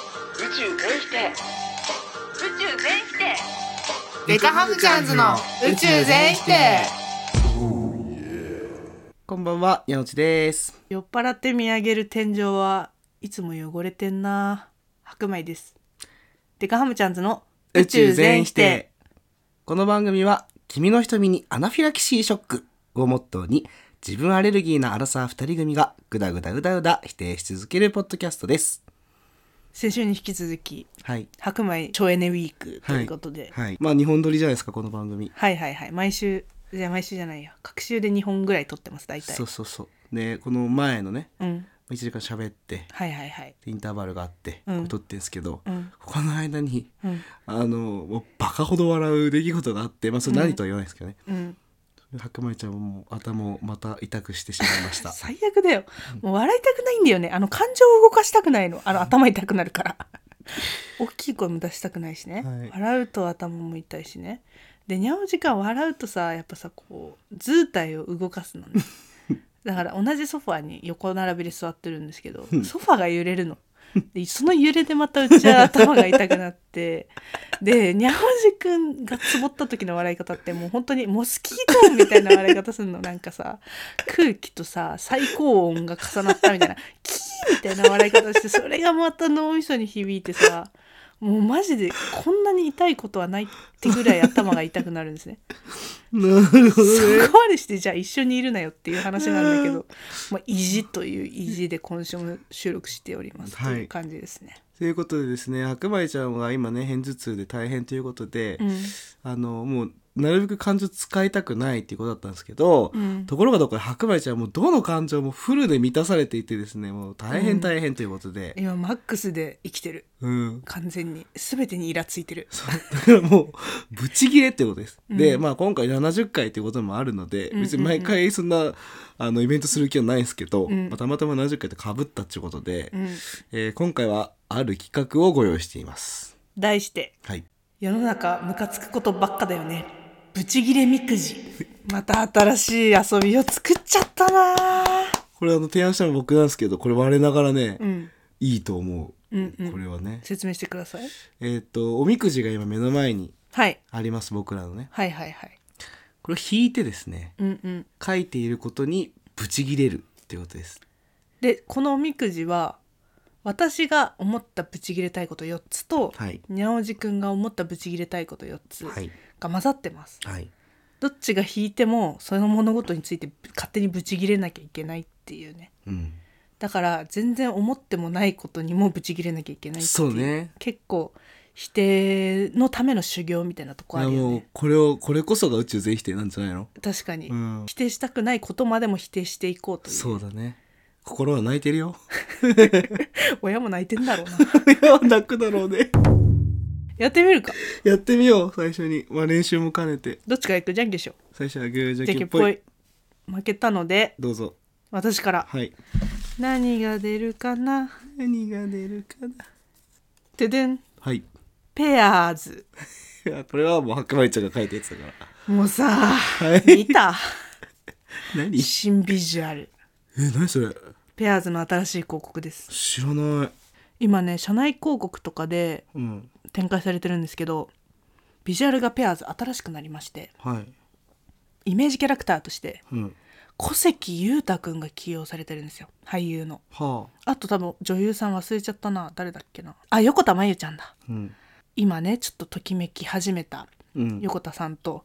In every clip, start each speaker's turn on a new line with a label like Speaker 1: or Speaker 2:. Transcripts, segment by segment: Speaker 1: 宙全否定宇宙全否定
Speaker 2: デカハムチャンズの宇宙全否定
Speaker 3: こんばんは、矢野内です。
Speaker 4: 酔っ払って見上げる天井はいつも汚れてんな白米ですデカハムちゃんズの宇宙全否定。
Speaker 3: この番組は、君の瞳にアナフィラキシーショックをモットーに、自分アレルギーなアラサー二人組が、ぐだぐだうだうだ否定し続けるポッドキャストです。
Speaker 4: 先週に引き続き
Speaker 3: はい。
Speaker 4: 白米省エネウィークということで、
Speaker 3: はい。まあ、日本撮りじゃないですか、この番組。
Speaker 4: はい、はいはい毎週じゃあ毎週じゃないや各週で2本ぐらい撮ってます大体
Speaker 3: そうそうそう。で、この前のね、
Speaker 4: うん
Speaker 3: 1時間喋って、
Speaker 4: はいはいはい
Speaker 3: インターバルがあって、
Speaker 4: うん
Speaker 3: これ撮ってんですけど、
Speaker 4: うん
Speaker 3: この間に、
Speaker 4: うん
Speaker 3: あの、もうバカほど笑う出来事があって、まあ、それ何とは言わないですけどね。
Speaker 4: うん
Speaker 3: 白米ちゃんももう頭をまた痛くしてしまいまし た
Speaker 4: 最悪だよもう笑いたくないんだよねあの感情を動かしたくないのあの頭痛くなるから大きい声も出したくないしね、
Speaker 3: はい
Speaker 4: 笑うと頭も痛いしねでにゃお時間笑うとさやっぱさこう図体を動かすの ねだから同じソファーに横並びで座ってるんですけどソファーが揺れるのでその揺れでまたうちは頭が痛くなってでにゃおじくんがつぼった時の笑い方ってもう本当にモスキート音みたいな笑い方するのなんかさ空気とさ最高音が重なったみたいなキーみたいな笑い方してそれがまた脳みそに響いてさもうマジでこんなに痛いことはないってぐらい頭が痛くなるんで すね。
Speaker 3: なるほ
Speaker 4: そこまでしてじゃあ一緒にいるなよっていう話なんだけど、 まあ、意地という意地で今週も収録しておりますと
Speaker 3: はい
Speaker 4: いう感じですね。
Speaker 3: ということでですね白米ちゃんは今ね片頭痛で大変ということで、
Speaker 4: うん
Speaker 3: あのもうなるべく感情使いたくないっていうことだったんですけど、
Speaker 4: うん
Speaker 3: ところがどこかで白米ちゃんはもうどの感情もフルで満たされていてですねもう大
Speaker 4: う
Speaker 3: 変
Speaker 4: ん
Speaker 3: 大変ということで、
Speaker 4: 今マックスで生きてる
Speaker 3: うん、
Speaker 4: 完全に全てにイラついてる
Speaker 3: だからもうブチギレってことです。
Speaker 4: うん
Speaker 3: で、まあ、今回70回ということもあるので、
Speaker 4: んうん
Speaker 3: 別に毎回そんなあのイベントする気はないですけど、
Speaker 4: うん
Speaker 3: まあたまたま70回とかぶったっていうことで、
Speaker 4: うん
Speaker 3: えー今回はある企画をご用意しています。
Speaker 4: 題して
Speaker 3: はい、
Speaker 4: 「世の中ムカつくことばっかだよねブチギレみくじ」また新しい遊びを作っちゃったなー
Speaker 3: これあの提案したの僕なんですけどこれ我ながらね、
Speaker 4: うん
Speaker 3: いいと思う、
Speaker 4: うんうん
Speaker 3: これはね。
Speaker 4: 説明してください
Speaker 3: えっ、とおみくじが今目の前に
Speaker 4: はい
Speaker 3: あります僕らのね
Speaker 4: はいはいはい
Speaker 3: これを引いてですね
Speaker 4: うんうん
Speaker 3: 書いていることにブチギレるっていうことです。
Speaker 4: でこのおみくじは私が思ったブチギレたいこと4つと、
Speaker 3: はい
Speaker 4: にゃおじくんが思ったブチギレたいこと4つ
Speaker 3: はい
Speaker 4: が混ざってます、
Speaker 3: はい
Speaker 4: どっちが引いてもその物事について勝手にブチギレなきゃいけないっていうね
Speaker 3: うん、
Speaker 4: だから全然思ってもないことにもブチギレなきゃいけないってい
Speaker 3: そうね
Speaker 4: 結構否定のための修行みたいなとこある
Speaker 3: いや
Speaker 4: よ
Speaker 3: もう
Speaker 4: ね
Speaker 3: これをこれこそが宇宙全否定なんじゃないの、
Speaker 4: 確かに、
Speaker 3: うん
Speaker 4: 否定したくないことまでも否定していこうという
Speaker 3: そうだね心は泣いてるよ
Speaker 4: 親も泣いてんだろうな
Speaker 3: いや 泣くだろうね
Speaker 4: やってみるか
Speaker 3: やってみよう最初に、まあ、練習も兼ねて
Speaker 4: どっちからいくじゃんけんしよう
Speaker 3: 最初はグージ
Speaker 4: じゃ
Speaker 3: ャ
Speaker 4: け
Speaker 3: ケ
Speaker 4: っ
Speaker 3: っ
Speaker 4: ぽ
Speaker 3: ぽ
Speaker 4: い
Speaker 3: い
Speaker 4: 負けたので
Speaker 3: どうぞ
Speaker 4: 私から
Speaker 3: はい
Speaker 4: 何が出るかな
Speaker 3: 何が出るかな
Speaker 4: てでん
Speaker 3: はい
Speaker 4: ペアーズ
Speaker 3: いやこれはもう白米ちゃんが書いたやつだから
Speaker 4: もうさ
Speaker 3: はい
Speaker 4: 見た
Speaker 3: 何
Speaker 4: 新ビジュアル
Speaker 3: え何それ
Speaker 4: ペアーズの新しい広告です
Speaker 3: 知らない
Speaker 4: 今ね社内広告とかで
Speaker 3: うん
Speaker 4: 展開されてるんですけどビジュアルがペアーズ新しくなりまして
Speaker 3: はい
Speaker 4: イメージキャラクターとして
Speaker 3: うん
Speaker 4: 小関裕太くんが起用されてるんですよ俳優の
Speaker 3: はあ
Speaker 4: あと多分女優さん忘れちゃったな誰だっけなあ横田真由ちゃんだ
Speaker 3: うん
Speaker 4: 今ねちょっとときめき始めた
Speaker 3: うん
Speaker 4: 横田さんと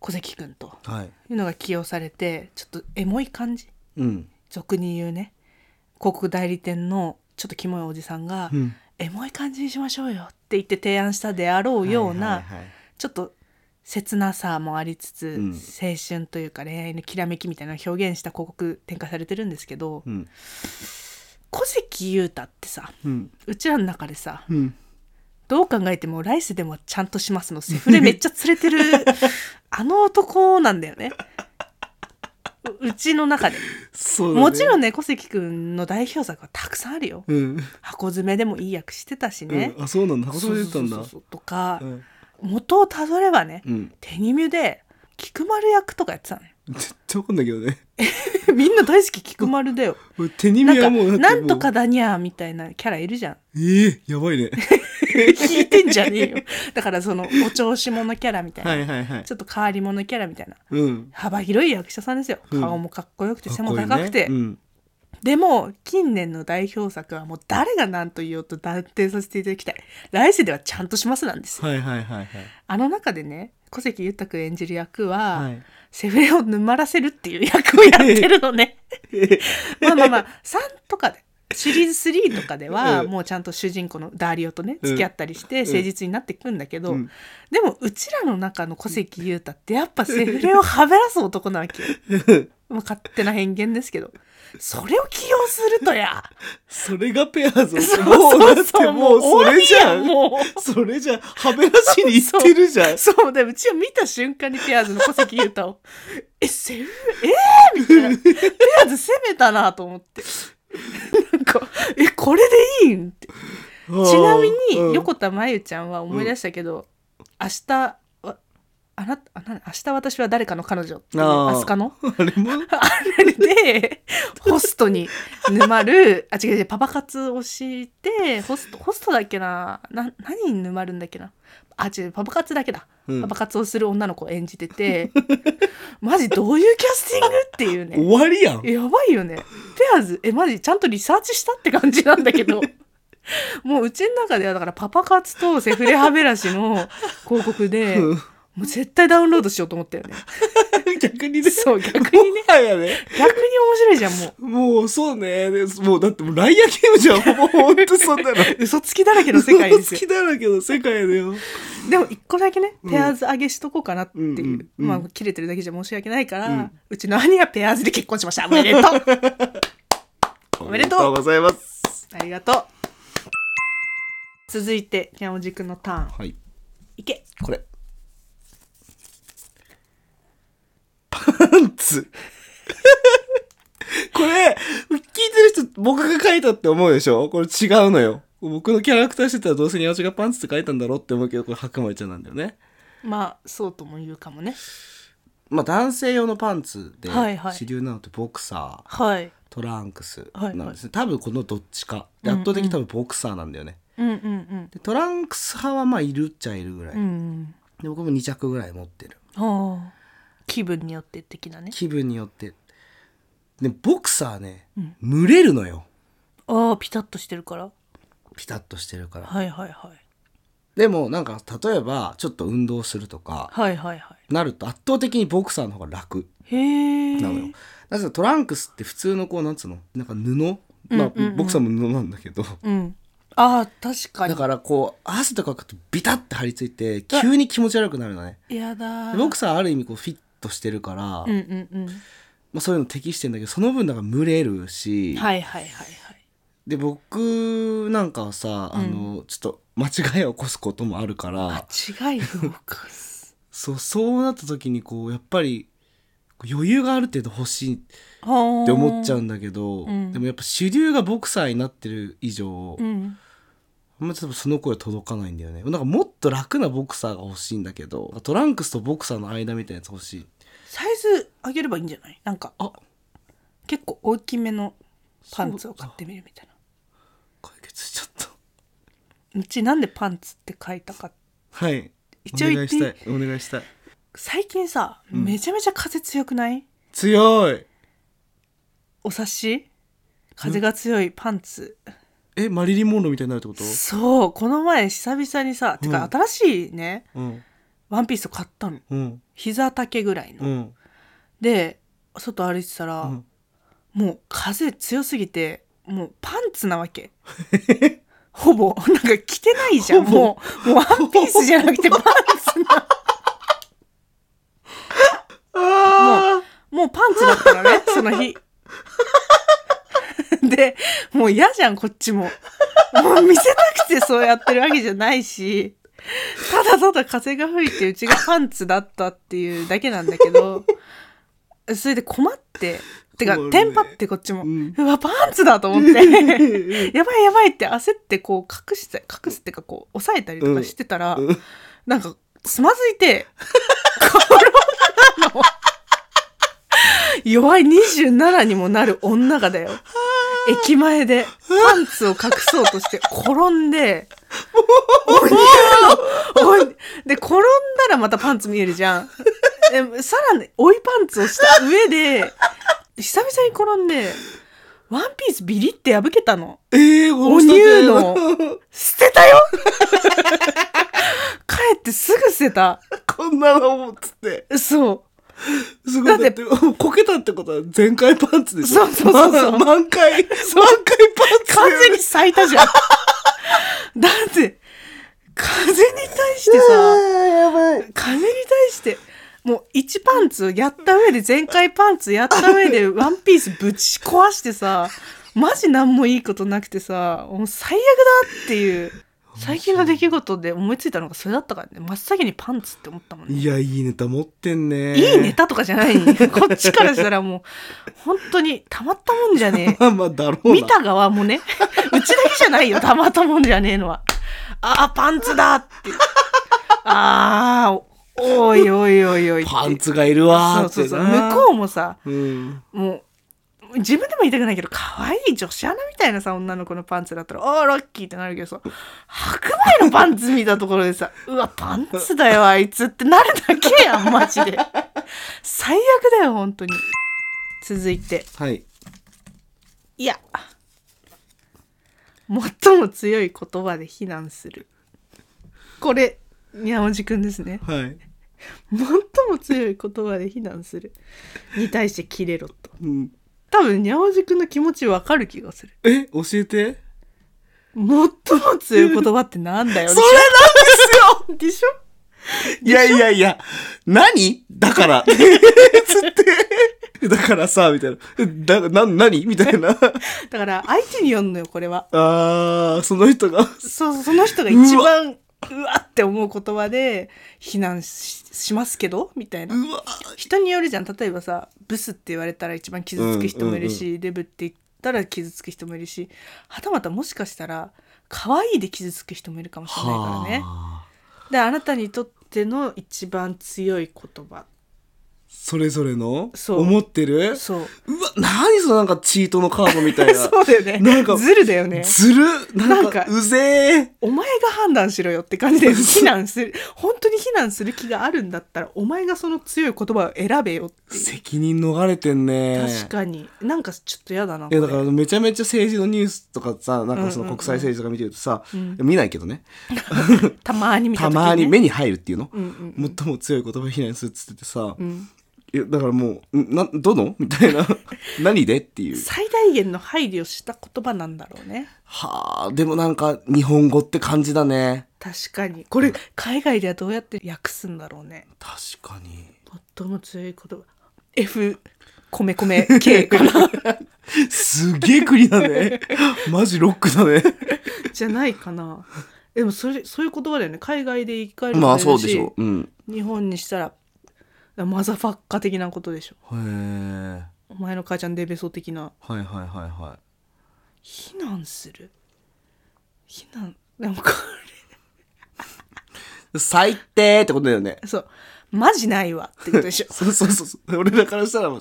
Speaker 4: 小関君と
Speaker 3: はい
Speaker 4: いうのが起用されてちょっとエモい感じ
Speaker 3: うん
Speaker 4: 俗に言うね広告代理店のちょっとキモいおじさんが、
Speaker 3: うん
Speaker 4: エモい感じにしましょうよって言って提案したであろうような、
Speaker 3: はいはいはい
Speaker 4: ちょっと切なさもありつつ、
Speaker 3: うん
Speaker 4: 青春というか恋愛のきらめきみたいなのを表現した広告展開されてるんですけど、
Speaker 3: うん
Speaker 4: 小関裕太ってさ
Speaker 3: うん
Speaker 4: うちらの中でさ
Speaker 3: うん
Speaker 4: どう考えても来世でもちゃんとしますのセフレめっちゃ連 れてるあの男なんだよねううちの中で、
Speaker 3: そうだね
Speaker 4: もちろんね小関君の代表作はたくさんあるよ
Speaker 3: うん
Speaker 4: 箱詰めでもいい役してたしね、
Speaker 3: うん、あそうなんだこと出てたんだ
Speaker 4: そうそうそうそうとか、
Speaker 3: うん
Speaker 4: 元をたどればね、
Speaker 3: うん
Speaker 4: 手にミュで菊丸役とかやってたのよ
Speaker 3: 絶対わかんないけどね
Speaker 4: めっみんな大好き菊丸だよ
Speaker 3: もう手に
Speaker 4: なん
Speaker 3: 身
Speaker 4: か
Speaker 3: はもうだってもう
Speaker 4: なんとかだにゃーみたいなキャラいるじゃん
Speaker 3: ええやばい ね
Speaker 4: 聞いてんじゃねえよだからそのお調子者キャラみたいな、
Speaker 3: はいはいはい
Speaker 4: ちょっと変わり者キャラみたいな
Speaker 3: うん
Speaker 4: 幅広い役者さんですよ
Speaker 3: うん
Speaker 4: 顔もかっこよくて背も
Speaker 3: かっこいいね
Speaker 4: 高くて、
Speaker 3: うん
Speaker 4: でも近年の代表作はもう誰が何と言おうと断定させていただきたい来世ではちゃんとしますなんですよ
Speaker 3: はいはいはい
Speaker 4: あの中でね小関裕太君演じる役は、
Speaker 3: はいはい
Speaker 4: セフレを沼らせるっていう役をやってるのねまあまあまあ3とかでシリーズ3とかでは
Speaker 3: うん
Speaker 4: もうちゃんと主人公のダーリオとね
Speaker 3: うん
Speaker 4: 付き合ったりして誠実になっていくんだけど、
Speaker 3: うん
Speaker 4: でもうちらの中の小関裕太ってやっぱセフレをはべらす男なわけよ。まあ勝手な偏見ですけどそれを起用する とや
Speaker 3: それがペアーズ
Speaker 4: そう
Speaker 3: もうだっ
Speaker 4: そうそ
Speaker 3: て
Speaker 4: う
Speaker 3: もうそれじゃん
Speaker 4: 終わりやもう
Speaker 3: それじゃんはべらしに行ってるじゃん
Speaker 4: そうでうちを見た瞬間にペアーズの小関裕太を 「えセフレえー!」みたいなペアーズ攻めたなと思ってなんか「えこれでいいん?」ってちなみに横田真由ちゃんは思い出したけど、明日はあなたあな明日私は誰かの彼女っていう
Speaker 3: あー
Speaker 4: アスカの
Speaker 3: あれも
Speaker 4: あれでホストに沼るあ違う違うパパ活をしてホストホストだっけなな何に沼るんだっけなあ違うパパ活だけだ
Speaker 3: うん
Speaker 4: パパ活をする女の子を演じてて マジどういうキャスティングっていうね
Speaker 3: 終わりやん
Speaker 4: やばいよね。ペアーズ、え、マジ、ちゃんとリサーチしたって感じなんだ けど。もううちの中ではだからパパ活とセフレハベラシの広告で、
Speaker 3: うん
Speaker 4: もう絶対ダウンロードしようと思ったよね。
Speaker 3: 逆にね
Speaker 4: そう逆にね
Speaker 3: もはやね
Speaker 4: 逆に面白いじゃん、もう。
Speaker 3: もうそうねでもうだってもうライアーゲームじゃんもうほんとそ んなの
Speaker 4: 嘘つきだらけの世界です
Speaker 3: 好
Speaker 4: よ
Speaker 3: き。だらけの世界だよ
Speaker 4: でも一個だけね、
Speaker 3: うん
Speaker 4: ペアーズ上げしとこうかなっていう。
Speaker 3: うんうんうん
Speaker 4: まあ、切れてるだけじゃ申し訳ないから、
Speaker 3: う
Speaker 4: うんちの兄はペアーズで結婚しました。おめでと
Speaker 3: お
Speaker 4: うめでとう
Speaker 3: ございます
Speaker 4: ありがとう。続いて、にゃおじくんのターン。
Speaker 3: はい
Speaker 4: いけ
Speaker 3: これパンツ これ聞いてる人僕が書いたって思うでしょこれ違うのよ僕のキャラクターしてたらどうせにあちがパンツって書いたんだろうって思うけどこれ白米ちゃんなんだよね
Speaker 4: まあ、そうとも言うかもね。
Speaker 3: まあ男性用のパンツで
Speaker 4: はいはい
Speaker 3: 主流なのってボクサー、
Speaker 4: はい。
Speaker 3: トランクス
Speaker 4: はいはい
Speaker 3: なんですね、多分このどっちかで
Speaker 4: うんうん
Speaker 3: 圧倒的に多分ボクサーなんだよね、
Speaker 4: うんうん
Speaker 3: でトランクス派はまあいるっちゃいるぐらい、
Speaker 4: うん。うん。
Speaker 3: で僕も2着ぐらい持ってる
Speaker 4: ああ。気分によって的なね。
Speaker 3: 気分によってでボクサーね、
Speaker 4: うん
Speaker 3: 蒸れるのよ
Speaker 4: ああ、ピタッとしてるから。
Speaker 3: ピタッとしてるから、
Speaker 4: はいはいはい。
Speaker 3: でもなんか例えばちょっと運動するとか
Speaker 4: はいはいは
Speaker 3: なると圧倒的にボクサーの方が楽
Speaker 4: い。へえ。
Speaker 3: なのよ、なぜかトランクスって普通のこうなんつうのなんか布まあ、
Speaker 4: うんうんうん
Speaker 3: ボクサーも布なんだけど
Speaker 4: うん。ああ、確か
Speaker 3: だ
Speaker 4: に。
Speaker 3: からこう汗とかかくとビタッて張り付いて急に気持ち悪くなるのね
Speaker 4: やだ
Speaker 3: で
Speaker 4: ー。
Speaker 3: ボクサーはある意味こうフィットしてるから、
Speaker 4: うんうんう
Speaker 3: まあ、そういうの適してんだけどその分だから蒸れるし、
Speaker 4: ん。はいはいはいはい。
Speaker 3: で僕なんかはさあの、ちょっと間違いを起こすこともあるから
Speaker 4: 間違いを 犯す。
Speaker 3: そうそうなった時にこうやっぱりこう余裕がある程度欲しいっ
Speaker 4: ああ。って
Speaker 3: 思っちゃうんだけど、
Speaker 4: うん
Speaker 3: でもやっぱ主流がボクサーになってる以上、
Speaker 4: うん。
Speaker 3: あんまちょっとその声届かないんだよねなんかもっと楽なボクサーが欲しいんだけどトランクスとボクサーの間みたいなやつ欲しい
Speaker 4: サイズ上げればいいんじゃないなんか、
Speaker 3: あ
Speaker 4: 結構大きめのパンツを買ってみるみたいな。
Speaker 3: 解決しちゃった
Speaker 4: うちなんでパンツって買いたかった
Speaker 3: はい
Speaker 4: 一応
Speaker 3: お
Speaker 4: 言
Speaker 3: 願
Speaker 4: っ
Speaker 3: い
Speaker 4: て
Speaker 3: し
Speaker 4: いい
Speaker 3: たいお願いしたい
Speaker 4: 最近さ、
Speaker 3: うん
Speaker 4: めちゃめちゃ風強くない
Speaker 3: 強い
Speaker 4: お察し風が強いパンツ、
Speaker 3: えマリリン・モンローみたいになるってこと
Speaker 4: そうこの前久々にさ、て
Speaker 3: う
Speaker 4: か
Speaker 3: ん
Speaker 4: 新しいね
Speaker 3: うん
Speaker 4: ワンピースを買ったの
Speaker 3: うん
Speaker 4: 膝丈ぐらいの、
Speaker 3: うん
Speaker 4: で外歩いてたら、
Speaker 3: うん
Speaker 4: もう風強すぎてもうパンツなわけ ほぼなんか着てないじゃん
Speaker 3: ほぼ
Speaker 4: もうもうワンピースじゃな くてパンツな
Speaker 3: あ
Speaker 4: もうパンツだったの ね、その日。 で、もう嫌じゃん、こっちも。もう見せたくてそうやってるわけじゃないし、ただただ風が吹いてうちがパンツだったっていうだけなんだけど、それで困って、てか
Speaker 3: 困る、ね
Speaker 4: テンパってこっちも、
Speaker 3: う
Speaker 4: うんわ、パンツだと思って、やばいやばいって焦ってこう隠して、隠すっていうかこう、押さえたりとかしてたら、
Speaker 3: うんうん
Speaker 4: な んか、つまずいて、この弱い27にもなる女がだよ駅前でパンツを隠そうとして転んでおいで転んだらまたパンツ見えるじゃんでさらに追いパンツをした上で久々に転んでワンピースビリって破けたの
Speaker 3: ええー、
Speaker 4: お乳の捨てたよ 帰ってすぐ捨てた
Speaker 3: こんなのもっつって。
Speaker 4: そう
Speaker 3: すごい。だ
Speaker 4: だ
Speaker 3: っ、
Speaker 4: って
Speaker 3: こけたってことは全開パンツでしょ
Speaker 4: そうそうそうそう
Speaker 3: ま満開、満開パンツ。
Speaker 4: 完全に咲いた じゃん。だって、風に対して
Speaker 3: うわ
Speaker 4: さ、
Speaker 3: ーやばい。
Speaker 4: 風に対して、もう一パンツやった上で、全開パンツやった上で、ワンピースぶち壊してさ、マジ何もいいことなくてさ、もう最悪だっていう、最近の出来事で思いついたのがそれだったからね、真っ先にパンツって思ったもんね。
Speaker 3: いや、いいネタ持ってんね。
Speaker 4: いいネタとかじゃ ない。こっちからしたらもう、本当にたまったもんじ ゃねえ。
Speaker 3: まあまあ、だろうな。
Speaker 4: 見た側もね、うちだけじゃないよ、たまたもんじゃねえのは。ああ、パンツだって。ああ、おいおいおいおいって。
Speaker 3: パンツがいるわー
Speaker 4: そう
Speaker 3: って
Speaker 4: そうそう。
Speaker 3: な
Speaker 4: 向こうもさ、
Speaker 3: う。うん。
Speaker 4: もう、自分でも言いたくないけど、可愛い女子アナみたいなさ、女の子のパンツだったら、ああ、ラッキーってなるけどさ、白米のパンツ見たところでさ、うわ、パンツだよ、あいつってなるだけやん、マジで。最悪だよ、本当に。続いて。
Speaker 3: はい。
Speaker 4: いや最も強い言葉で非難するこれ宮本くんですね
Speaker 3: はい。
Speaker 4: 最も強い言葉で非難するに対してキレろと
Speaker 3: うん、
Speaker 4: 多分宮本くんの気持ちわかる気がする
Speaker 3: え、教えて。
Speaker 4: 最も強い言葉ってなんだよ
Speaker 3: それ
Speaker 4: なんですよ
Speaker 3: いやいやいや、何だから。 つって。だからさ、みたいな。えだ、な、何みたいな。
Speaker 4: でしょだから相手によんのよこれは
Speaker 3: あー、その人が。
Speaker 4: そうその人が一番うわって思う言葉で非難ししますけどみたいな
Speaker 3: うわ
Speaker 4: 人によるじゃん例えばさブスって言われたら一番傷つく人もいるし、デブって言ったら傷つく人もいるしはたまたもしかしたら可愛いで傷つく人もいるかもしれないからね
Speaker 3: はあ
Speaker 4: であなたにとっての一番強い言葉
Speaker 3: それぞれの
Speaker 4: そう
Speaker 3: 思ってる
Speaker 4: そう
Speaker 3: うわ、何そのなんかチートのカードみたいな。
Speaker 4: そうだよね
Speaker 3: なんか
Speaker 4: ズルだよね
Speaker 3: ずるなん
Speaker 4: な
Speaker 3: か
Speaker 4: ん、か
Speaker 3: うぜ
Speaker 4: お前が判断しろよって感 じで非難する本当に非難する気があるんだったらお前がその強い言葉を選べよって
Speaker 3: ー。
Speaker 4: いう
Speaker 3: 責任逃れてんね。
Speaker 4: 確かになんかちょっと嫌だない
Speaker 3: やだ
Speaker 4: こ
Speaker 3: か
Speaker 4: れ
Speaker 3: らめちゃめちゃ政治のニュースとかさなんかその
Speaker 4: うんうんうん
Speaker 3: 国際政治とか見てるとさ、
Speaker 4: うん
Speaker 3: 見ないけどね
Speaker 4: たまに見た
Speaker 3: た
Speaker 4: 時
Speaker 3: まに
Speaker 4: ね
Speaker 3: 目に入るっていうの、
Speaker 4: うんうんうん
Speaker 3: 最も強い言葉を非難するっつっててさ、
Speaker 4: うん
Speaker 3: いやだからもうんなどの みたい な何でっていう
Speaker 4: 最大限の配慮した言葉なんだろうね
Speaker 3: はあでもなんか日本語って感じだね
Speaker 4: 確かにこれ海外ではどうやって訳すんだろうね
Speaker 3: 確かに
Speaker 4: 最も強い言葉 F 米米 K かな
Speaker 3: すげえ国だ ねマジロックだね
Speaker 4: じゃないかなでもそれそういう言葉だよね海外で言い換える
Speaker 3: ま
Speaker 4: と
Speaker 3: あ
Speaker 4: い
Speaker 3: そうでしょう、うん、
Speaker 4: 日本にしたらマザファッカ的なことでしょ
Speaker 3: へえ
Speaker 4: お前の母ちゃんデベソ的な
Speaker 3: はいはいはいは
Speaker 4: 非難する非難でもこ
Speaker 3: い最低ってことだよね
Speaker 4: れそうマジないわってことで しょ
Speaker 3: そうそうそうそう俺らからしたらもう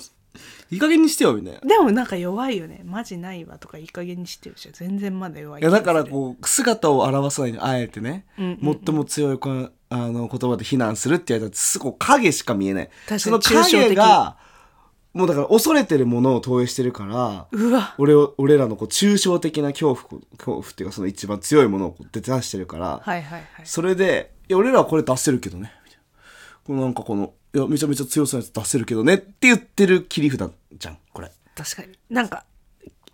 Speaker 3: いい加減にしてよみたいな
Speaker 4: でもなんか弱いよねマジないわとかいい加減にしてるじゃん全然まだ弱い
Speaker 3: いやだから
Speaker 4: 気がする
Speaker 3: こう姿を表さないであえてね、
Speaker 4: うんうんうん
Speaker 3: 最も強いこのあの言葉で非難するって言われたらすごい影しか見えない
Speaker 4: かに
Speaker 3: その
Speaker 4: 抽象
Speaker 3: 影
Speaker 4: 的
Speaker 3: がもうだから恐れてるものを投影してるから
Speaker 4: うわ
Speaker 3: 俺を俺らのこう抽象的な恐怖恐怖っていうかその一番強いものをこう出してるから、
Speaker 4: はいはいはい
Speaker 3: それでいや俺らはこれ出せるけどねみたいなこのなんかこのいやめちゃめちゃ強そうなやつ出せるけどねって言ってる切り札じゃんこれ
Speaker 4: 確かになんか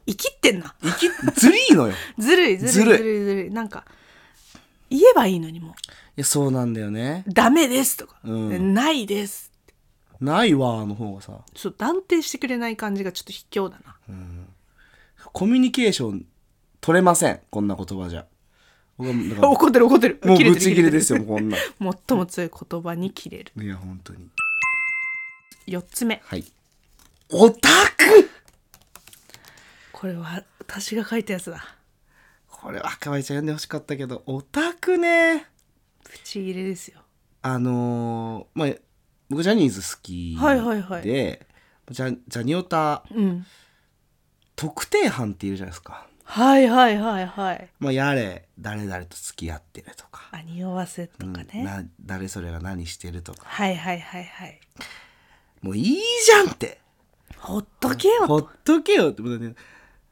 Speaker 4: 生きってんな
Speaker 3: 生きずりーのよい
Speaker 4: ず るいずるい
Speaker 3: ず
Speaker 4: ず
Speaker 3: るい
Speaker 4: るいずるいなんか言えばいいのにも
Speaker 3: やそうなんだよね
Speaker 4: うダメですとか、
Speaker 3: うん
Speaker 4: ないです
Speaker 3: ないわーの方がさ
Speaker 4: ちょっと断定してくれない感じがちょっと卑怯だな
Speaker 3: コミュニケーション取れませんこんな言葉じゃ僕はもうだから
Speaker 4: 怒ってる怒ってる
Speaker 3: もう
Speaker 4: 切れ
Speaker 3: ブ
Speaker 4: てる
Speaker 3: チ切れですよ
Speaker 4: 切れて
Speaker 3: こんな
Speaker 4: る最も強い言葉に切れる
Speaker 3: いや本当に
Speaker 4: 4つ目
Speaker 3: はいオタク
Speaker 4: これは私が書いたやつだ
Speaker 3: これ若林ちゃん読んでほしかったけどオタクね
Speaker 4: プチ切れですよ
Speaker 3: あのーまあ僕ジャニーズ好きで、
Speaker 4: はいはいはい
Speaker 3: じゃジャニオタ
Speaker 4: うん
Speaker 3: 特定班っていうじゃないですか、
Speaker 4: はいはいはいはい
Speaker 3: まあ、やれ誰々と付き合ってるとか
Speaker 4: あ匂わせとか
Speaker 3: うん
Speaker 4: ね、
Speaker 3: な誰それが何してるとか
Speaker 4: はいはいはいはい
Speaker 3: もういいじゃんって
Speaker 4: ほっとけよ
Speaker 3: ほっとけよってことで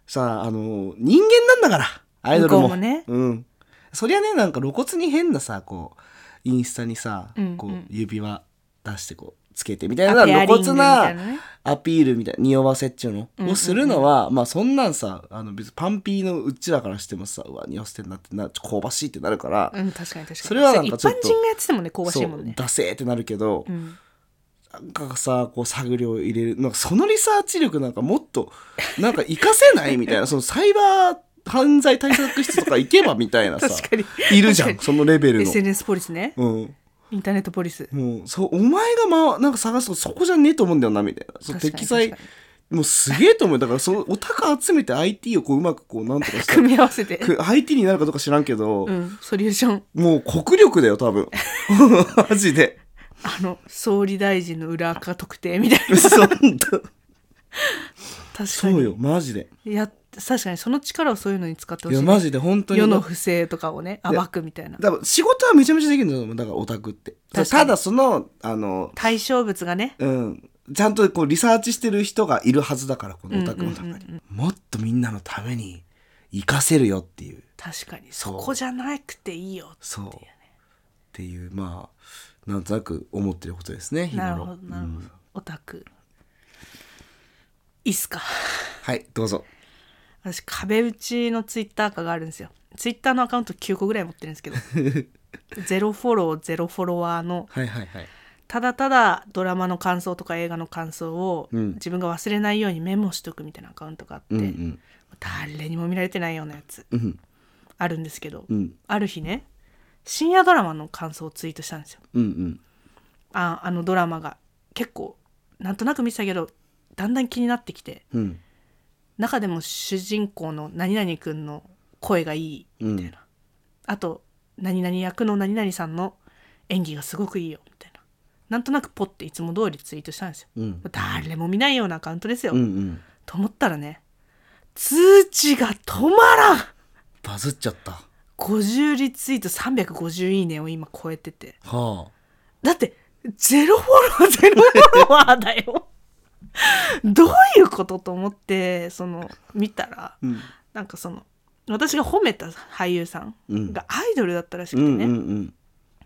Speaker 3: さああの人間なんだからアイドルも
Speaker 4: 向こうもね
Speaker 3: うん、そりゃねなんか露骨に変なさこうインスタにさ、
Speaker 4: うんうん
Speaker 3: こう指輪出してこうつけてみたいな露
Speaker 4: アペアリングみ
Speaker 3: 骨
Speaker 4: たい
Speaker 3: な
Speaker 4: なね
Speaker 3: アピールみたいな匂わせっちゅうの、
Speaker 4: うんうんうん
Speaker 3: をするのはまあそんなんさあの別にパンピーのうちらからしてもさうわ匂わせてんなってなちょっと香ばしいってなるから、
Speaker 4: うん確かに確かに
Speaker 3: それはなんかちょっと
Speaker 4: 一般人がやっててもね香ばしいもん
Speaker 3: そう
Speaker 4: ね
Speaker 3: ダセーってなるけど、
Speaker 4: うん
Speaker 3: なんかさこう探りを入れるなんかそのリサーチ力なんかもっとなんか活かせないみたい なそのサイバー犯罪対策室とか行けばみたいなさ
Speaker 4: 確かに
Speaker 3: いるじゃんそのレベルの。
Speaker 4: SNS ポリスね
Speaker 3: うん、
Speaker 4: インターネットポリス
Speaker 3: もうそうお前が、ま、なんか探すとそこじゃねえと思うんだよなみたいなそう
Speaker 4: 確かに
Speaker 3: 適材
Speaker 4: 確か
Speaker 3: もうすげえと思うだからそのお高集めて IT をこううまくこうなんとかした
Speaker 4: 組み合わせて
Speaker 3: く IT になるかどうか知らんけど、
Speaker 4: うんソリューション
Speaker 3: もう国力だよ多 分マジで
Speaker 4: あの総理大臣の裏垢特定みたいな
Speaker 3: そう本当
Speaker 4: 確か
Speaker 3: そう
Speaker 4: に
Speaker 3: よマジで
Speaker 4: いや確かにその力をそういうのに使って
Speaker 3: い
Speaker 4: ほし
Speaker 3: や
Speaker 4: い
Speaker 3: マジで本当に
Speaker 4: 世の不正とかをね
Speaker 3: いや
Speaker 4: 暴くみたいな
Speaker 3: だから仕事はめちゃめちゃできるんだと思うだからオタクって
Speaker 4: 確かに
Speaker 3: ただそのあの
Speaker 4: 対象物がね
Speaker 3: うんちゃんとこうリサーチしてる人がいるはずだからこのオタクの中に、
Speaker 4: うんうんうん
Speaker 3: もっとみんなのために活かせるよっていう
Speaker 4: 確かに
Speaker 3: そ
Speaker 4: そうこじゃなくていいよ
Speaker 3: そうっていうまあなんとなく思ってることですね日頃
Speaker 4: なるほどなるほど、オタクいいっすか
Speaker 3: はいどうぞ
Speaker 4: 私壁打ちのツイッター赤があるんですよツイッターのアカウント9個ぐらい持ってるんで すけどゼロフォローゼロフォロワーの
Speaker 3: はいはいはい
Speaker 4: ただただドラマの感想とか映画の感想を
Speaker 3: うん
Speaker 4: 自分が忘れないようにメモしとくみたいなアカウントがあって、
Speaker 3: うんうん
Speaker 4: 誰にも見られてないようなやつ
Speaker 3: うん
Speaker 4: あるんですけど、
Speaker 3: うん
Speaker 4: ある日ね深夜ドラマの感想をツイートしたんですよ
Speaker 3: うんうん
Speaker 4: ああのドラマが結構なんとなく見てたけどだんだん気になってきて
Speaker 3: うん
Speaker 4: 中でも主人公の何々くんの声がいいみたいな、あと何々役の何々さんの演技がすごくいいよみたいななんとなくポッていつも通りツイートしたんですよ、
Speaker 3: うん
Speaker 4: 誰も見ないようなアカウントですよ、
Speaker 3: うんうん
Speaker 4: と思ったらね通知が止まらん
Speaker 3: バズっちゃったは
Speaker 4: 50リツイート350いいねを今超えてて
Speaker 3: あ
Speaker 4: だってゼロフォローゼロフォロワーだよ どういうことと思ってその見たら
Speaker 3: うん
Speaker 4: なんかその私が褒めた俳優さんがアイドルだったらしく
Speaker 3: う
Speaker 4: てね、
Speaker 3: んうんうん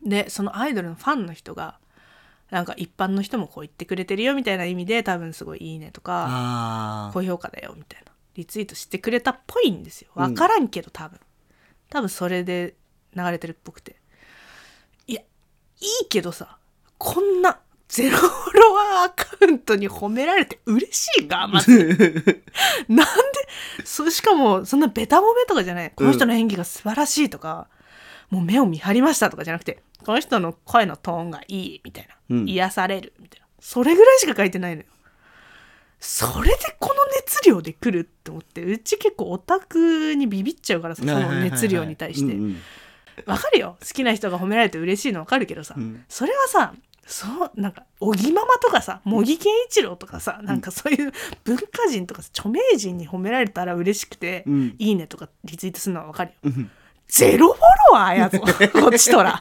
Speaker 4: でそのアイドルのファンの人がなんか一般の人もこう言ってくれてるよみたいな意味で多分すごいいいねとか
Speaker 3: ああ
Speaker 4: 高評価だよみたいなリツイートしてくれたっぽいんですよ分からんけど多分、多分それで流れてるっぽくていやいいけどさこんなゼロフォロワーアカウントに褒められて嬉しいか まずなんでそうしかもそんなベタ褒めとかじゃないこの人の演技が素晴らしいとか、もう目を見張りましたとかじゃなくてこの人の声のトーンがいいみたいな、
Speaker 3: うん
Speaker 4: 癒されるみたいなそれぐらいしか書いてないのよそれでこの熱量で来るって思ってうち結構オタクにビビっちゃうからさその熱量に対して、
Speaker 3: うんうん
Speaker 4: わかるよ好きな人が褒められて嬉しいのわかるけどさ、
Speaker 3: うん
Speaker 4: それはさそうなんか小木ママとかさ茂木健一郎とかさなんかそういう文化人とかさ著名人に褒められたら嬉しくて「
Speaker 3: うん
Speaker 4: いいね」とかリツイートするのはわかるよ。
Speaker 3: うん
Speaker 4: ゼロフォロワー やぞこっちとら。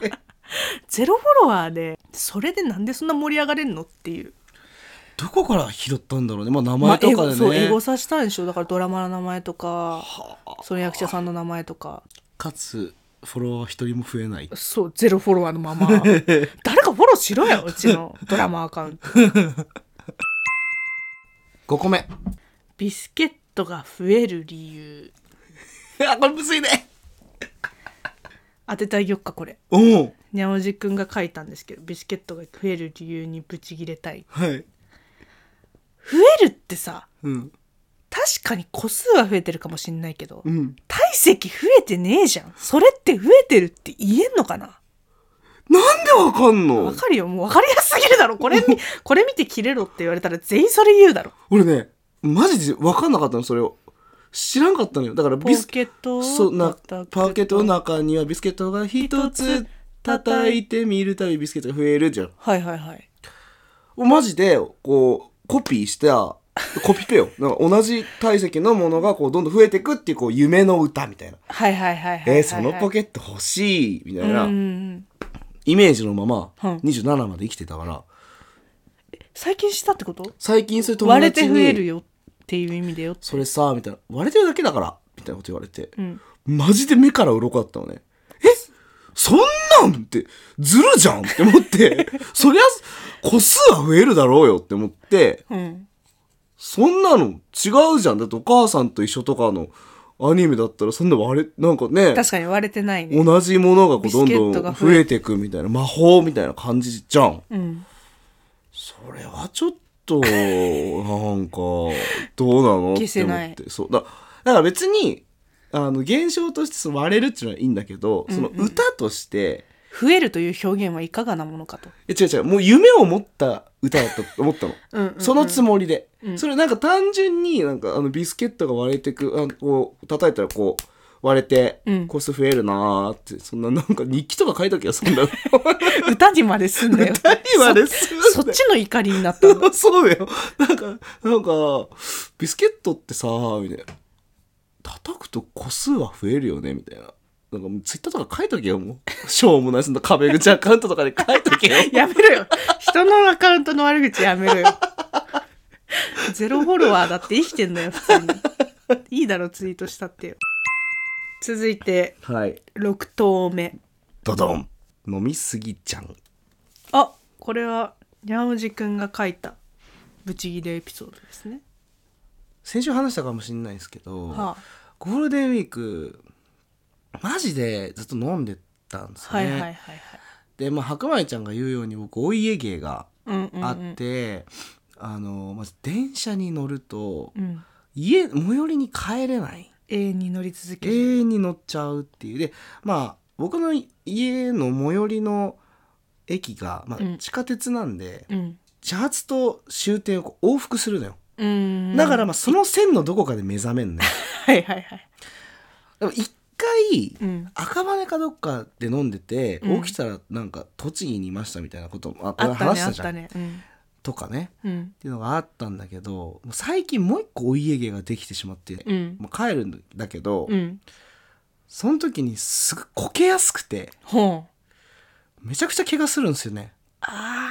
Speaker 4: ゼロフォロワーでそれでなんでそんな盛り上がれるのっていう。
Speaker 3: どこから拾ったんだろうねまあ名前とかで
Speaker 4: まあ英語
Speaker 3: ね、
Speaker 4: そう英語さしたんでしょだからドラマの名前とかその役者さんの名前とか
Speaker 3: かつフォロワー一人も増えない
Speaker 4: そうゼロフォロワーのまま 誰かフォローしろようちの ドラマアカウント
Speaker 3: 5個目
Speaker 4: ビスケットが増える理由
Speaker 3: あこれむずいね
Speaker 4: 当ててあげよっかこれ
Speaker 3: おお
Speaker 4: にゃおじくんが書いたんですけどビスケットが増える理由にブチギレたい
Speaker 3: はい
Speaker 4: 増えるってさ
Speaker 3: うん
Speaker 4: 確かに個数は増えてるかもしんないけど、
Speaker 3: うん
Speaker 4: 体積増えてねえじゃんそれって増えてるって言えんのかな
Speaker 3: なんでわかん
Speaker 4: わ
Speaker 3: の
Speaker 4: かるよもう分かりやすすぎるだろこれ みこれ見てキレろって言われたら全員それ言うだろ
Speaker 3: 俺ねマジでわかんなかったのそれを知らんかったのよだから
Speaker 4: ポ
Speaker 3: ビス
Speaker 4: ケットを
Speaker 3: そうな
Speaker 4: 叩く
Speaker 3: パーケットの中にはビスケットが一つ叩いてみるたびビスケットが増えるじゃん
Speaker 4: はいはいはい
Speaker 3: マジでこうコピーしたコピペよ なんか同じ体積のものがこうどんどん増えていくっていうこう夢の歌みたいな
Speaker 4: はいはいはいはいはい、はい。
Speaker 3: えーそのポケット欲しいみたい
Speaker 4: うんう。
Speaker 3: なんイメージのまま
Speaker 4: うん
Speaker 3: 27まで生きてたから
Speaker 4: 最近したってこと
Speaker 3: 最近そういう友
Speaker 4: 割れ
Speaker 3: 達
Speaker 4: て
Speaker 3: に
Speaker 4: 増えるよっていう意味でよ。
Speaker 3: それさみたいな割れてるだけだからみたいなこと言われて、
Speaker 4: うん。
Speaker 3: マジで目から鱗だったのねえそんなんってずるじゃんって思って そりゃ個数は増えるだろうよって思って
Speaker 4: うん。
Speaker 3: そんなの違うじゃんだってお母さんと一緒とかのアニメだったらそんな割れなんかね
Speaker 4: 確かに割れてないね。
Speaker 3: 同じものがこうどん
Speaker 4: ビスケッ
Speaker 3: ど
Speaker 4: ト
Speaker 3: ん
Speaker 4: が
Speaker 3: 増
Speaker 4: 増
Speaker 3: え
Speaker 4: え
Speaker 3: ていくみたいな魔法みたいな感じじゃん
Speaker 4: うん。
Speaker 3: それはちょっとなん かどうなの
Speaker 4: 消
Speaker 3: って
Speaker 4: せ
Speaker 3: 思
Speaker 4: ない
Speaker 3: ってそうだだから別にあの現象としてその割れるっていうのはいいんだけど、その歌として
Speaker 4: 増えるという表現はいかがなものかと。
Speaker 3: え違う違うもう夢を持った歌だったと思ったの
Speaker 4: うんうんうん
Speaker 3: そのつもりで、
Speaker 4: うん
Speaker 3: それなんか単純になんかあのビスケットが割れてくあのこう叩いたらこう割れて
Speaker 4: うん
Speaker 3: 個数増えるなーって、そんななんか日記とか書いときゃそんな
Speaker 4: 歌にまですんだよ。
Speaker 3: 歌にまですんなよ
Speaker 4: そそっちの怒りになったの。
Speaker 3: そうだよ。なんか、なんか、ビスケットってさ、みたいな。叩くと個数は増えるよね、みたいな。なんかもうツイッターとか書いとけよ、もう。しょうもない、そんな壁口アカウントとかで書いとけよ。
Speaker 4: やめろよ。人のアカウントの悪口やめ ろよ。ゼロフォロワーだって生きてんのよ、普通に。いいだろ、ツイートしたってよ。続いて、
Speaker 3: はい。
Speaker 4: 6投目。
Speaker 3: ドドン。飲みすぎちゃん。
Speaker 4: あ、これは、にゃおじくんが書いた、ブチギレエピソードですね。
Speaker 3: 先週話したかもしれないですけど、
Speaker 4: は
Speaker 3: ゴールデンウィーク、マジでずっと飲んでたんです
Speaker 4: あ、
Speaker 3: よ
Speaker 4: はい
Speaker 3: ね。
Speaker 4: はいはいはい。
Speaker 3: で、まあ、白米ちゃんが言うように僕、お家芸が
Speaker 4: うんうん、うん。
Speaker 3: あって、あの、まず電車に乗ると、
Speaker 4: うん。
Speaker 3: 家最寄りに帰れない
Speaker 4: 永遠に乗り続ける。
Speaker 3: 永遠に乗っちゃうっていうでまあ僕の家の最寄りの駅が、まあ
Speaker 4: うん
Speaker 3: 地下鉄なんで、
Speaker 4: うん。
Speaker 3: 始発と終点をこう往復するのよ、
Speaker 4: うん。
Speaker 3: だからまあ
Speaker 4: あ、
Speaker 3: その線のどこかで目覚めん のよ
Speaker 4: はいはいはい。
Speaker 3: でも一回
Speaker 4: うん。
Speaker 3: 赤羽かどっかで飲んでて、
Speaker 4: うん
Speaker 3: 起きたらなんか栃木にいましたみたいなこともあこ
Speaker 4: あ
Speaker 3: れ
Speaker 4: った
Speaker 3: 話
Speaker 4: ね、
Speaker 3: し
Speaker 4: あ
Speaker 3: た
Speaker 4: っ
Speaker 3: じゃ
Speaker 4: た
Speaker 3: ん、
Speaker 4: ね。うん。
Speaker 3: とかね
Speaker 4: うん。
Speaker 3: っていうのがあったんだけどもう最近もう一個お家芸ができてしまって、
Speaker 4: うん。
Speaker 3: もう帰るんだけど、
Speaker 4: うん。
Speaker 3: その時にすぐこけやすくて、
Speaker 4: ほう。
Speaker 3: めちゃくちゃ怪我するんですよね。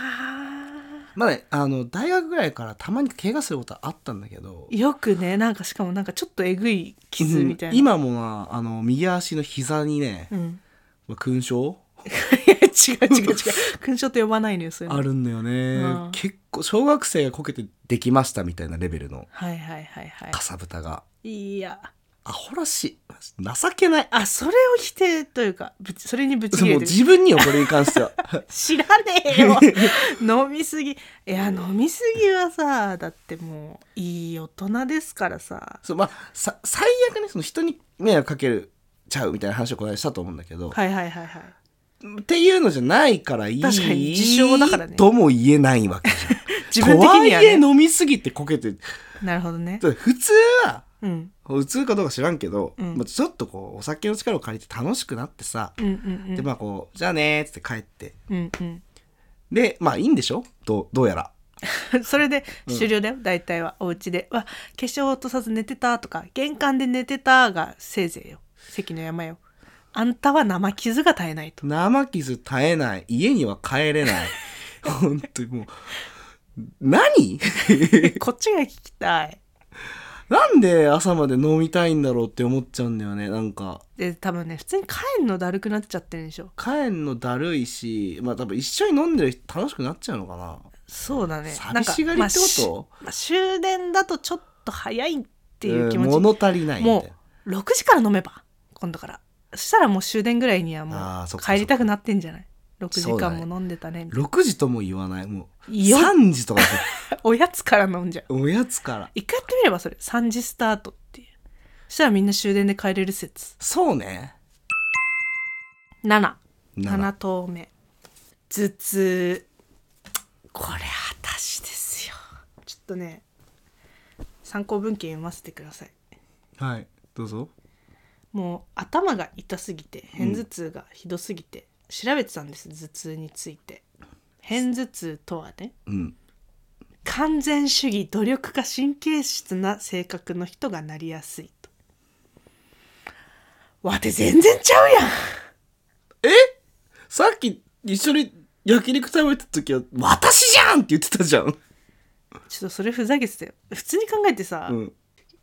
Speaker 4: あ
Speaker 3: まあね、あの、大学ぐらいからたまに怪我することはあったんだけど、
Speaker 4: よくねなんかしかもなんかちょっとえぐい傷みたいな、
Speaker 3: うん今もな、あの、右足の膝にね、
Speaker 4: うん、
Speaker 3: まあ勲章
Speaker 4: いや違う違う違う勲章と呼ばないのよそういうの
Speaker 3: あるんだよ
Speaker 4: う
Speaker 3: ね
Speaker 4: ん。
Speaker 3: 結構、小学生がこけてできましたみたいなレベルの
Speaker 4: はいはいはいは
Speaker 3: かさぶたが。
Speaker 4: いいや
Speaker 3: アホらしい。情けない。
Speaker 4: あそれを否定というかぶちそれにぶち切
Speaker 3: も
Speaker 4: れ
Speaker 3: う
Speaker 4: てる
Speaker 3: 自分によ、これに関して は。
Speaker 4: 知らねえよ 飲みすぎいや飲みすぎはさだってもういい大人ですからさ
Speaker 3: そう、まあ、さ最悪ね、その人に迷惑かける、ちゃうみたいな話をこの間したと思うんだけど、
Speaker 4: はいはいはいはい
Speaker 3: っていうのじゃないからいい
Speaker 4: 確かに自称だからね
Speaker 3: とも言えないわけ じゃん
Speaker 4: 自分的には
Speaker 3: とはいえ
Speaker 4: ね
Speaker 3: 飲みすぎてこけて
Speaker 4: なるほどね
Speaker 3: 普通は
Speaker 4: うん
Speaker 3: 普通かどうか知らんけど、
Speaker 4: うん
Speaker 3: まあ、ちょっとこうお酒の力を借りて楽しくなってさ、
Speaker 4: うんうんうん
Speaker 3: でまあこうじゃあねーっつって帰って
Speaker 4: うんうん
Speaker 3: でまあいいんでしょどうどうやら
Speaker 4: それで終了だよ、大体はお家で「わ化粧落とさず寝てた」とか「玄関で寝てた」がせいぜいよ関の山よあんたは生傷が絶えないと
Speaker 3: 生傷絶えない家には帰れない 本当にもう何
Speaker 4: こっちが聞きたい
Speaker 3: なんで朝まで飲みたいんだろうって思っちゃうんだよねなんか
Speaker 4: で多分ね普通に帰んのだるくなっちゃってるんでしょ
Speaker 3: 帰んのだるいしまあ多分一緒に飲んでる人楽しくなっちゃうのかな
Speaker 4: そうだね
Speaker 3: 寂しがりってこと
Speaker 4: なんかまあしまあ終電だとちょっと早いっていう気持ち、
Speaker 3: ん物足りないみたい
Speaker 4: もう6時から飲めば今度からそしたらもう終電ぐらいには
Speaker 3: あ
Speaker 4: も
Speaker 3: ーそっ
Speaker 4: う
Speaker 3: かそっか
Speaker 4: 帰りたくなってんじゃない6時
Speaker 3: そうだ
Speaker 4: 間
Speaker 3: ね
Speaker 4: も飲んでたねみたい
Speaker 3: な6時とも言わないもう
Speaker 4: いや
Speaker 3: 3時とかだ
Speaker 4: なおやつから飲んじゃう
Speaker 3: とおやつから
Speaker 4: 一回やってみればそれ3時スタートっていうそしたらみんな終電で帰れる説
Speaker 3: そうね
Speaker 4: 77
Speaker 3: 7
Speaker 4: 頭目頭痛これ私ですよちょっとね参考文献読ませてください
Speaker 3: はいどうぞ
Speaker 4: もう頭が痛すぎて片頭痛がひどすぎて、調べてたんです頭痛について片頭痛とはね
Speaker 3: うん
Speaker 4: 完全主義努力家神経質な性格の人がなりやすいとわて全然ちゃうやん
Speaker 3: えさっき一緒に焼肉食べた時は「私じゃん!」って言ってたじゃん、
Speaker 4: ちょっとそれふざけてたよ普通に考えてさ、
Speaker 3: うん、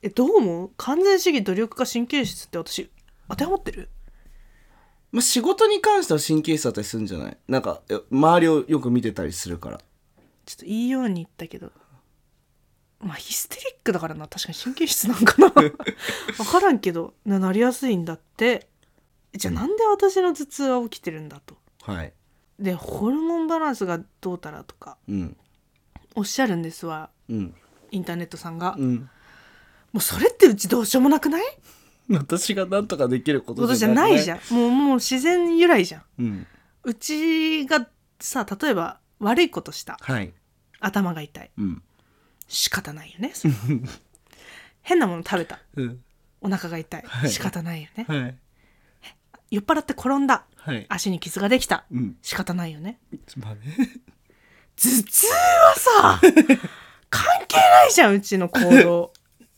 Speaker 4: えどう思う完全主義努力家神経質って私当てはまってる
Speaker 3: まあ仕事に関しては神経質だったりするんじゃないなんかえ周りをよく見てたりするから
Speaker 4: ちょっといいように言ったけどまあヒステリックだからな確かに神経質なんか な分からんけどななりやすいんだってじゃあなんで私の頭痛は起きてるんだと
Speaker 3: はい
Speaker 4: でホルモンバランスがどうたらとか
Speaker 3: うん
Speaker 4: おっしゃるんですわ
Speaker 3: うん
Speaker 4: インターネットさんが、も
Speaker 3: うん
Speaker 4: うそれってうちどうしようもなくない
Speaker 3: 私が何とかできるこ
Speaker 4: こととじゃないじゃ
Speaker 3: ん、
Speaker 4: んもうもう自然由来じゃん
Speaker 3: うん、
Speaker 4: うちがさ例えば悪いことした
Speaker 3: はい
Speaker 4: 頭が痛い
Speaker 3: うん
Speaker 4: 仕方ないよね それは変なもの食べた
Speaker 3: うん
Speaker 4: お腹が痛い
Speaker 3: はい
Speaker 4: 仕方ないよね、
Speaker 3: はい
Speaker 4: 酔っ払って転んだ
Speaker 3: はい
Speaker 4: 足に傷ができた
Speaker 3: うん
Speaker 4: 仕方ないよね
Speaker 3: まあね
Speaker 4: 頭痛はさ関係ないじゃんうちの行動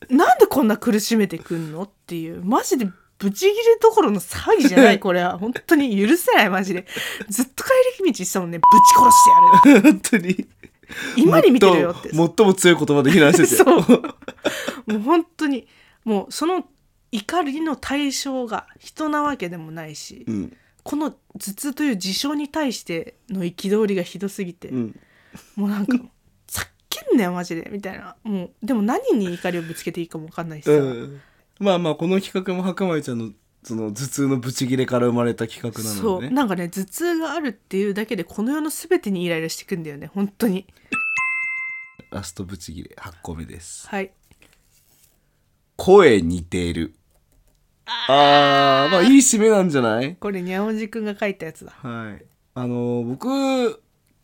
Speaker 4: なんでこんな苦しめてくんのっていうマジでブチギレどころの騒ぎじゃないこれは本当に許せないマジでずっと帰り道したもんねぶち殺してやる
Speaker 3: 本当に
Speaker 4: 今に見てるよって
Speaker 3: 最も最も強い言葉で非難してて
Speaker 4: そうもう本当にもうその怒りの対象が人なわけでもないし、
Speaker 3: ん
Speaker 4: この頭痛という事象に対しての憤りがひどすぎて、
Speaker 3: うん
Speaker 4: もうなんか「ざっけんなよマジで」みたいなもうでも何に怒りをぶつけていいかも分かんないしさ、
Speaker 3: うんまあまあこの企画も白米ちゃんのその頭痛のブチギレから生まれた企画な
Speaker 4: そ
Speaker 3: の
Speaker 4: う
Speaker 3: でね
Speaker 4: なんかね頭痛があるっていうだけでこの世の全てにイライラしてくんだよね本当に
Speaker 3: ラストブチギレ8個目です
Speaker 4: はい
Speaker 3: 声似ているあーまあいい締めなんじゃない
Speaker 4: これにゃおじくんが書いたやつだ
Speaker 3: はいあのー僕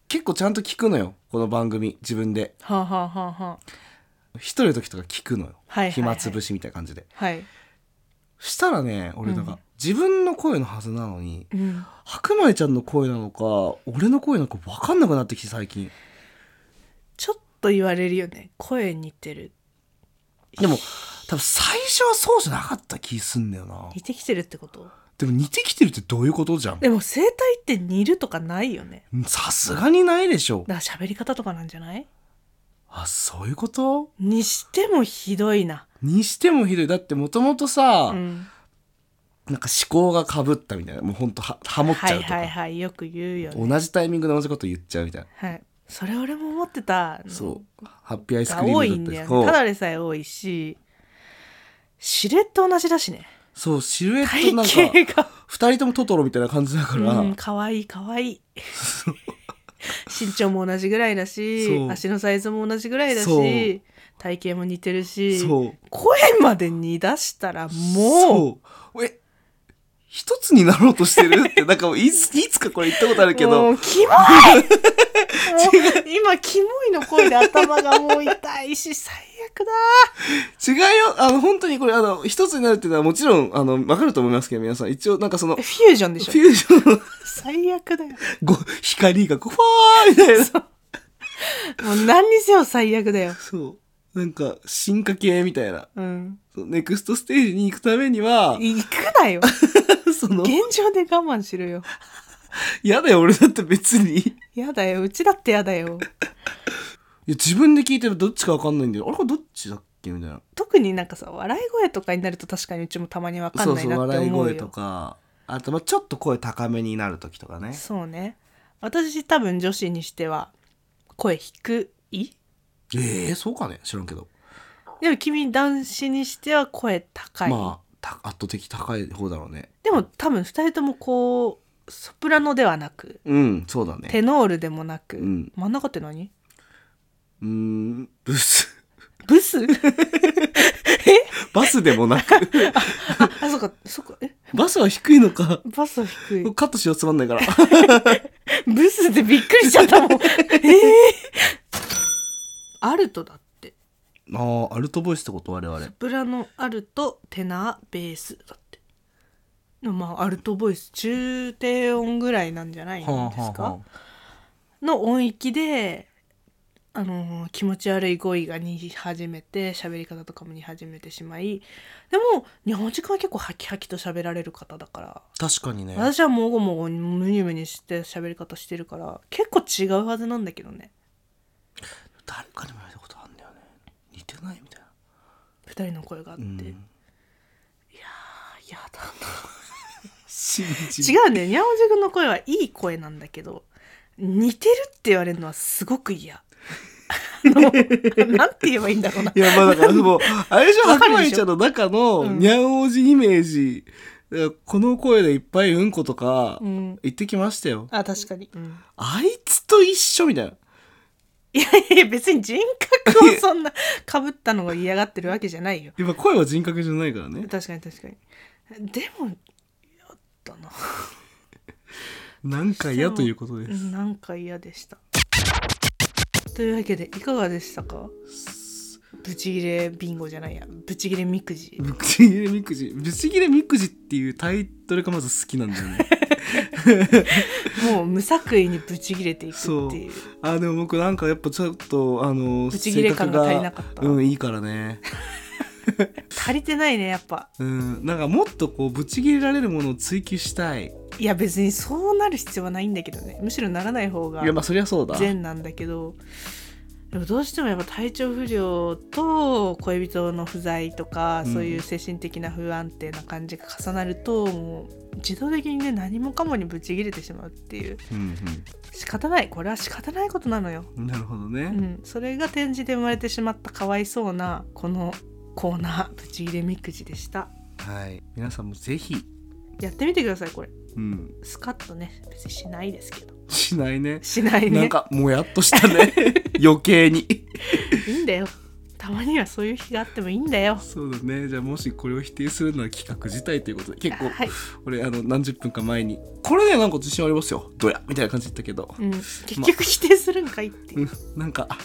Speaker 3: 結構ちゃんと聞くのよこの番組自分で
Speaker 4: はあ、はあはあはあ、
Speaker 3: 一人の時とか聞くのよ、
Speaker 4: はいはいはい
Speaker 3: 暇つぶしみたいな感じで
Speaker 4: はい、
Speaker 3: したらね俺なんか、
Speaker 4: うん
Speaker 3: 自分の声のはずなのに
Speaker 4: うん、
Speaker 3: 白米ちゃんの声なのか俺の声なのか分かんなくなってきて最近
Speaker 4: ちょっと言われるよね声似てる
Speaker 3: でも多分最初はそうじゃなかった気すんだよな
Speaker 4: 似てきてるってこと
Speaker 3: でも似てきてるってどういうことじゃん
Speaker 4: でも声帯って似るとかないよね
Speaker 3: さすがにないでしょ
Speaker 4: だから喋り方とかなんじゃない
Speaker 3: あそういうこと
Speaker 4: にしてもひどいな、
Speaker 3: にしてもひどいだってもともとさ、
Speaker 4: うん、
Speaker 3: なんか思考がかぶったみたいなもうほんとはハモっち
Speaker 4: は
Speaker 3: ゃう
Speaker 4: い
Speaker 3: とか、
Speaker 4: はいはいよく言うよね
Speaker 3: 同じタイミングで同じこと言っちゃうみたいな、
Speaker 4: はい、それ俺も思ってた
Speaker 3: そうハッピーアイス
Speaker 4: が
Speaker 3: クリー
Speaker 4: 多
Speaker 3: ム
Speaker 4: いん
Speaker 3: だっ
Speaker 4: だ
Speaker 3: たり
Speaker 4: よ
Speaker 3: そ
Speaker 4: ね
Speaker 3: う
Speaker 4: ただでさえ多いししれっと同じだしね
Speaker 3: そうシルエッ
Speaker 4: 体
Speaker 3: トなんか
Speaker 4: 型が
Speaker 3: 二人ともトトロみたいな感じだから、
Speaker 4: うんかわいいかわいい身長も同じぐらいだ
Speaker 3: そ
Speaker 4: し
Speaker 3: う
Speaker 4: 足のサイズも同じぐらいだ
Speaker 3: そう
Speaker 4: し体型も似てるし
Speaker 3: そう
Speaker 4: 声までに出したらもう
Speaker 3: そうえ一つになろうとしてるってなんかもういついつかこれ言ったことあるけ
Speaker 4: も
Speaker 3: ど
Speaker 4: うキモいもう今キモいの声で頭がもう痛いし最悪だ
Speaker 3: 違うよあの本当にこれあの一つになるっていうのはもちろんあの分かると思いますけど皆さん一応なんかその
Speaker 4: フ
Speaker 3: フ
Speaker 4: ュージョンでしょ
Speaker 3: ュージョンの
Speaker 4: 最悪だよ
Speaker 3: ご光がこうファーみたいな
Speaker 4: もう何にせよ最悪だよ
Speaker 3: そうなんか進化系みたいな
Speaker 4: うん
Speaker 3: そうネクストステージに行くためには
Speaker 4: 行くなよ
Speaker 3: そ の
Speaker 4: 現状で我慢しろよ
Speaker 3: 嫌だよ俺だって別にい
Speaker 4: やだようちだってやだよ
Speaker 3: や自分で聞いてるどっちか分かんないんだよあれこれどっちだっけみたいな
Speaker 4: 特になんかさ笑い声とかになると確かにうちもたまに分かんないなって
Speaker 3: 笑い
Speaker 4: 思う
Speaker 3: 声と
Speaker 4: よ
Speaker 3: かあとまあちょっと声高めになる時とかね
Speaker 4: そうね私多分女子にしては声低い
Speaker 3: ええそうかね知らんけど
Speaker 4: でも君男子にしては声高い、
Speaker 3: まあた圧倒的高い方だろうね
Speaker 4: でも多分2人ともこうソプラノではなく
Speaker 3: うんそうだね
Speaker 4: テノールでもなく、
Speaker 3: うん
Speaker 4: 真ん中って何
Speaker 3: うーんブス
Speaker 4: ブス
Speaker 3: バスでもなく
Speaker 4: あそうかそうかえ
Speaker 3: バスは低いのか
Speaker 4: バスは低い
Speaker 3: カットしようつまんないから
Speaker 4: ブスってびっくりしちゃったもんえーアルトだって
Speaker 3: ああアルトボイスってこと我々
Speaker 4: ソプラノアルトテナーベースだってでもまあアルトボイス中低音ぐらいなんじゃないんですか、
Speaker 3: はあはあはあ
Speaker 4: の音域であのー気持ち悪い語彙が似始めて喋り方とかも似始めてしまいでも日本人は結構ハキハキと喋られる方だから
Speaker 3: 確かにね
Speaker 4: 私はもごもごむにゅむにゅして喋り方してるから結構違うはずなんだけどね
Speaker 3: 誰かにも言われたことあるんだよね似てないみたいな
Speaker 4: 二人の声があって、いやーやだ
Speaker 3: 信じ
Speaker 4: な違うねにゃおじくんの声はいい声なんだけど似てるって言われるのはすごく嫌あ のなんて言えばいいんだろうない
Speaker 3: やまあだから もうあれでしょ
Speaker 4: わか
Speaker 3: 白
Speaker 4: るでしょ
Speaker 3: 米ちゃんの中の
Speaker 4: うん
Speaker 3: にゃんおじイメージ、だからこの声でいっぱいうんことか
Speaker 4: うん
Speaker 3: 言ってきましたよ、
Speaker 4: あ確かに、うん
Speaker 3: あいつと一緒みたいない
Speaker 4: やいや別に人格をそんなかぶったのが嫌がってるわけじゃないよ
Speaker 3: 今声は人格じゃないからね
Speaker 4: 確かに確かにでもやったな
Speaker 3: なんか嫌ということで
Speaker 4: う
Speaker 3: す
Speaker 4: んなんか嫌でしたというわけでいかがでしたかブチギレビンゴじゃないやブチギレみくじ
Speaker 3: ぶち切れみくじぶち切れみくじっていうタイトルがまず好きなんだよ ね
Speaker 4: もう無作為にブチギレていくっていう
Speaker 3: あでも僕なんかやっぱちょっとあの
Speaker 4: ぶち切れ感が足りなかった
Speaker 3: 性格がうんいいからね
Speaker 4: 足りてないねやっぱ
Speaker 3: うんなんかもっとこうぶち切れられるものを追求したい
Speaker 4: いや別にそうなる必要はないんだけどねむしろならない方が
Speaker 3: いやまあそりゃそうだ
Speaker 4: 善なんだけどでもどうしてもやっぱ体調不良と恋人の不在とか、
Speaker 3: うん
Speaker 4: そういう精神的な不安定な感じが重なるともう自動的にね何もかもにぶち切れてしまうっていう
Speaker 3: うん
Speaker 4: 仕方ないこれは仕方ないことなのよ、
Speaker 3: うんなるほど
Speaker 4: う
Speaker 3: ね、
Speaker 4: ん、それが展示で生まれてしまったかわいそうなこのコーナー「ぶち切れみくじ」でした
Speaker 3: はい皆さんもぜひ
Speaker 4: やってみてくださいこれ
Speaker 3: うん
Speaker 4: スカッとね別にしないですけど
Speaker 3: しないね
Speaker 4: しない
Speaker 3: なん
Speaker 4: ね
Speaker 3: かもやっとしたね 余計に
Speaker 4: いいんだよたまにはそういう日があってもいいんだよ
Speaker 3: そうだねじゃあもしこれを否定するのは企画自体ということで結構、
Speaker 4: はい
Speaker 3: 俺あの何十分か前にこれねなんか自信ありますよどやみたいな感じで言ったけど、
Speaker 4: うん、結局否定するんかいっていう、
Speaker 3: うんなんかあ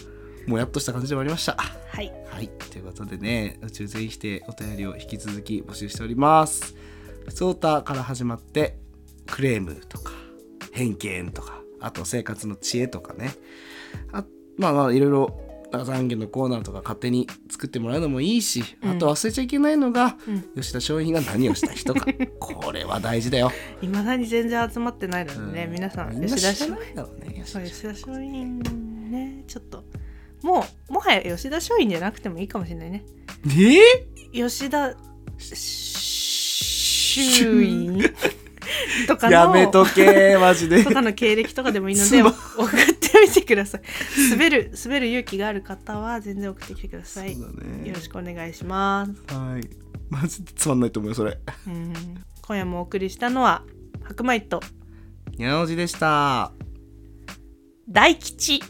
Speaker 3: もやっとした感じではありました
Speaker 4: はい
Speaker 3: はいということでね宇宙全否定お便りを引き続き募集しております普通歌から始まってクレームとか偏見とかあと生活の知恵とかねあまあまあいろいろ懺悔のコーナーとか勝手に作ってもらうのもいいし、
Speaker 4: うん
Speaker 3: あと忘れちゃいけないのが、
Speaker 4: うん
Speaker 3: 吉田松陰が何をした人かこれは大事だよ。
Speaker 4: いまだに全然集まってないのでね、
Speaker 3: うん
Speaker 4: 皆さん
Speaker 3: みんな
Speaker 4: 吉田
Speaker 3: 知
Speaker 4: 松
Speaker 3: ら
Speaker 4: 陰
Speaker 3: ないだろうね。吉
Speaker 4: そ
Speaker 3: 田
Speaker 4: う
Speaker 3: 松
Speaker 4: 吉田松陰ねちょっともうもはや吉田松陰じゃなくてもいいかもしれないね
Speaker 3: 陰え
Speaker 4: 吉田し松陰とか
Speaker 3: ー
Speaker 4: の
Speaker 3: やめとけマジで
Speaker 4: と。かの経歴とかでもいいの
Speaker 3: す
Speaker 4: で
Speaker 3: ま
Speaker 4: 送
Speaker 3: ん
Speaker 4: ってみてください滑る滑る勇気がある方は全然送ってきてください、
Speaker 3: そうだね
Speaker 4: よろしくお願いします
Speaker 3: はい。マジでつまんないと思うよ、それ。
Speaker 4: うん今夜もお送りしたのは白米と
Speaker 3: にゃおじでした。
Speaker 4: 大吉